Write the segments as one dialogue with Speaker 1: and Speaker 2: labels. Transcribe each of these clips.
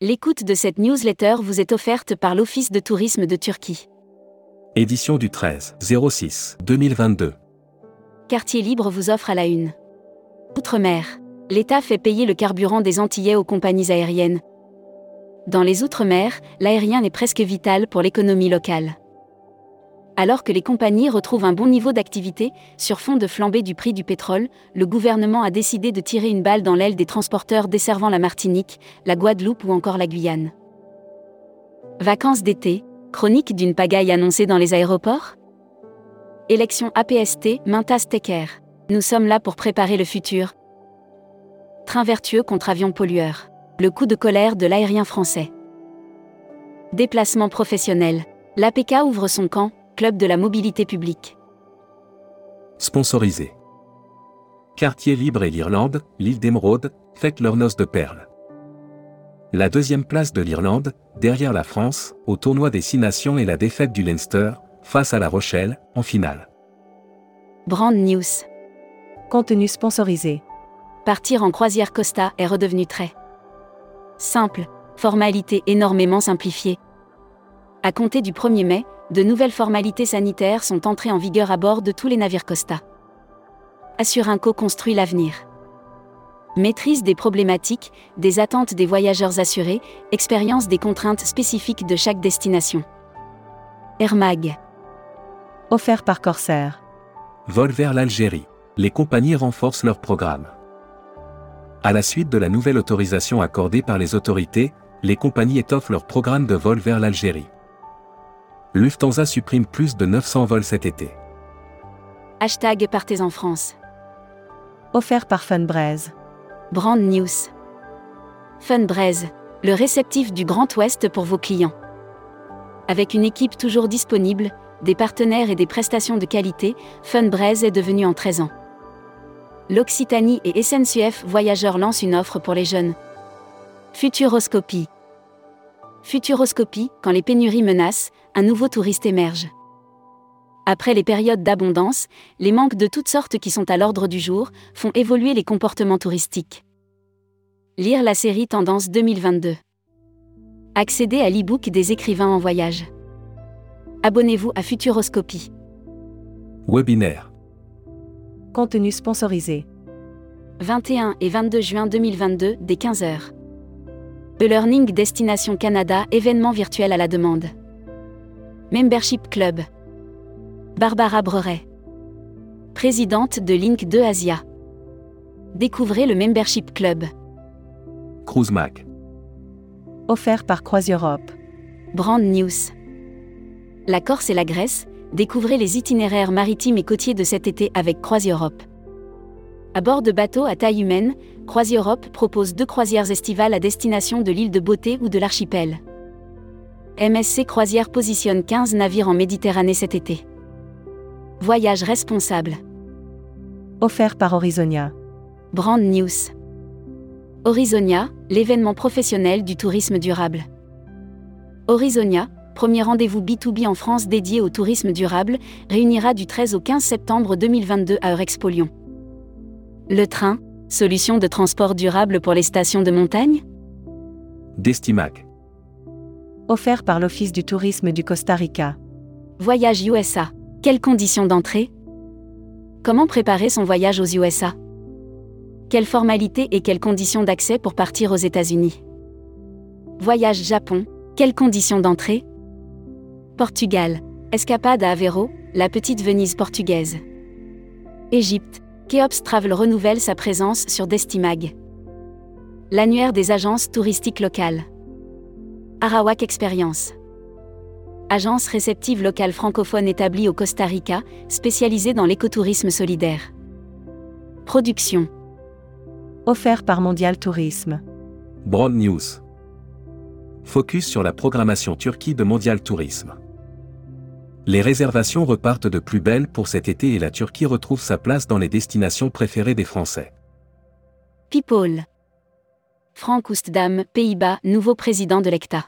Speaker 1: L'écoute de cette newsletter vous est offerte par l'Office de tourisme de Turquie.
Speaker 2: Édition du 13 06 2022.
Speaker 1: Quartier Libre vous offre à la une. Outre-mer. L'État fait payer le carburant des Antillais aux compagnies aériennes. Dans les Outre-mer, l'aérien est presque vital pour l'économie locale. Alors que les compagnies retrouvent un bon niveau d'activité, sur fond de flambée du prix du pétrole, le gouvernement a décidé de tirer une balle dans l'aile des transporteurs desservant la Martinique, la Guadeloupe ou encore la Guyane. Vacances d'été, chronique d'une pagaille annoncée dans les aéroports Élection APST, Mintas Tecker. Nous sommes là pour préparer le futur. Train vertueux contre avion pollueur. Le coup de colère de l'aérien français. Déplacement professionnel. L'APK ouvre son camp, club de la mobilité publique.
Speaker 2: Sponsorisé. Quartier libre et l'Irlande, l'île d'Émeraude, fête leur noce de perles. La deuxième place de l'Irlande, derrière la France, au tournoi des Six Nations et la défaite du Leinster, face à La Rochelle, en finale.
Speaker 1: Brand News.
Speaker 3: Contenu sponsorisé.
Speaker 1: Partir en croisière Costa est redevenu très simple, formalité énormément simplifiée. À compter du 1er mai, de nouvelles formalités sanitaires sont entrées en vigueur à bord de tous les navires Costa. Assurinco construit l'avenir. Maîtrise des problématiques, des attentes des voyageurs assurés, expérience des contraintes spécifiques de chaque destination. Airmag.
Speaker 3: Offert par Corsair.
Speaker 2: Vol vers l'Algérie. Les compagnies renforcent leur programme. À la suite de la nouvelle autorisation accordée par les autorités, les compagnies étoffent leur programme de vol vers l'Algérie. Lufthansa supprime plus de 900 vols cet été.
Speaker 1: Hashtag Partez en France.
Speaker 3: Offert par Funbraise.
Speaker 1: Brand News. Funbraise, le réceptif du Grand Ouest pour vos clients. Avec une équipe toujours disponible, des partenaires et des prestations de qualité, Funbraise est devenu en 13 ans. L'Occitanie et SNCF Voyageurs lancent une offre pour les jeunes. Futuroscopie. Futuroscopie, quand les pénuries menacent, un nouveau touriste émerge. Après les périodes d'abondance, les manques de toutes sortes qui sont à l'ordre du jour font évoluer les comportements touristiques. Lire la série Tendance 2022. Accédez à l'e-book des écrivains en voyage. Abonnez-vous à Futuroscopie.
Speaker 2: Webinaire.
Speaker 3: Contenu sponsorisé.
Speaker 1: 21 et 22 juin 2022, dès 15h. E-Learning Destination Canada, événement virtuel à la demande. Membership Club. Barbara Breret. Présidente de Link 2 Asia. Découvrez le Membership Club.
Speaker 2: Cruise Mac.
Speaker 3: Offert par Croise Europe.
Speaker 1: Brand News. La Corse et la Grèce, découvrez les itinéraires maritimes et côtiers de cet été avec CroisiEurope. À bord de bateaux à taille humaine, CroisiEurope propose deux croisières estivales à destination de l'île de Beauté ou de l'archipel. MSC Croisière positionne 15 navires en Méditerranée cet été. Voyage responsable.
Speaker 3: Offert par Horizonia.
Speaker 1: Brand News. Horizonia, l'événement professionnel du tourisme durable. Horizonia, premier rendez-vous B2B en France dédié au tourisme durable, réunira du 13 au 15 septembre 2022 à Eurexpo Lyon. Le train, solution de transport durable pour les stations de montagne
Speaker 2: Destimac.
Speaker 3: Offert par l'Office du tourisme du Costa Rica.
Speaker 1: Voyage USA. Quelles conditions d'entrée Comment préparer son voyage aux USA Quelles formalités et quelles conditions d'accès pour partir aux États-Unis Voyage Japon. Quelles conditions d'entrée Portugal. Escapade à Aveiro, la petite Venise portugaise. Égypte. Keops Travel renouvelle sa présence sur Destimag. L'annuaire des agences touristiques locales. Arawak Experience. Agence réceptive locale francophone établie au Costa Rica, spécialisée dans l'écotourisme solidaire. Production.
Speaker 3: Offert par Mondial Tourisme.
Speaker 2: Broad News. Focus sur la programmation Turquie de Mondial Tourisme. Les réservations repartent de plus belle pour cet été et la Turquie retrouve sa place dans les destinations préférées des Français.
Speaker 1: People. Frank Oostdam, Pays-Bas, nouveau président de l'ECTA.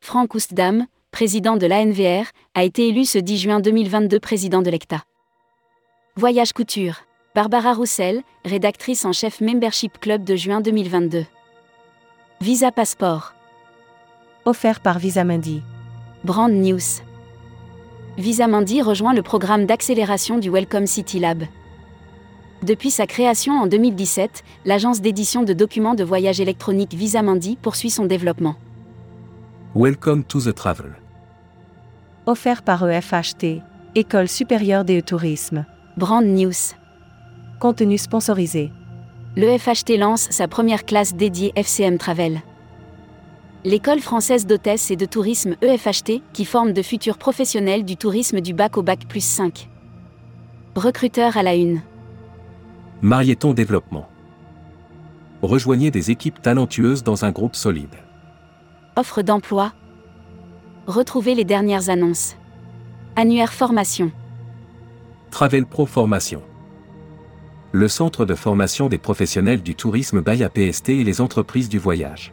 Speaker 1: Frank Oostdam, président de l'ANVR, a été élu ce 10 juin 2022 président de l'ECTA. Voyage couture. Barbara Roussel, rédactrice en chef Membership Club de juin 2022. Visa Passport.
Speaker 3: Offert par Visa Mundi.
Speaker 1: Brand News. Visa Mundi rejoint le programme d'accélération du Welcome City Lab. Depuis sa création en 2017, l'agence d'édition de documents de voyage électronique Visa Mundi poursuit son développement.
Speaker 2: Welcome to the travel.
Speaker 3: Offert par E EFHT, École supérieure des tourisme.
Speaker 1: Brand News.
Speaker 3: Contenu sponsorisé.
Speaker 1: Le FHT lance sa première classe dédiée FCM Travel. L'école française d'hôtesse et de tourisme E EFHT, qui forme de futurs professionnels du tourisme du bac au bac plus 5. Recruteur à la une.
Speaker 2: Marieton Développement. Rejoignez des équipes talentueuses dans un groupe solide.
Speaker 1: Offre d'emploi. Retrouvez les dernières annonces. Annuaire formation.
Speaker 2: Travel Pro Formation. Le centre de formation des professionnels du tourisme bail à PST et les entreprises du voyage.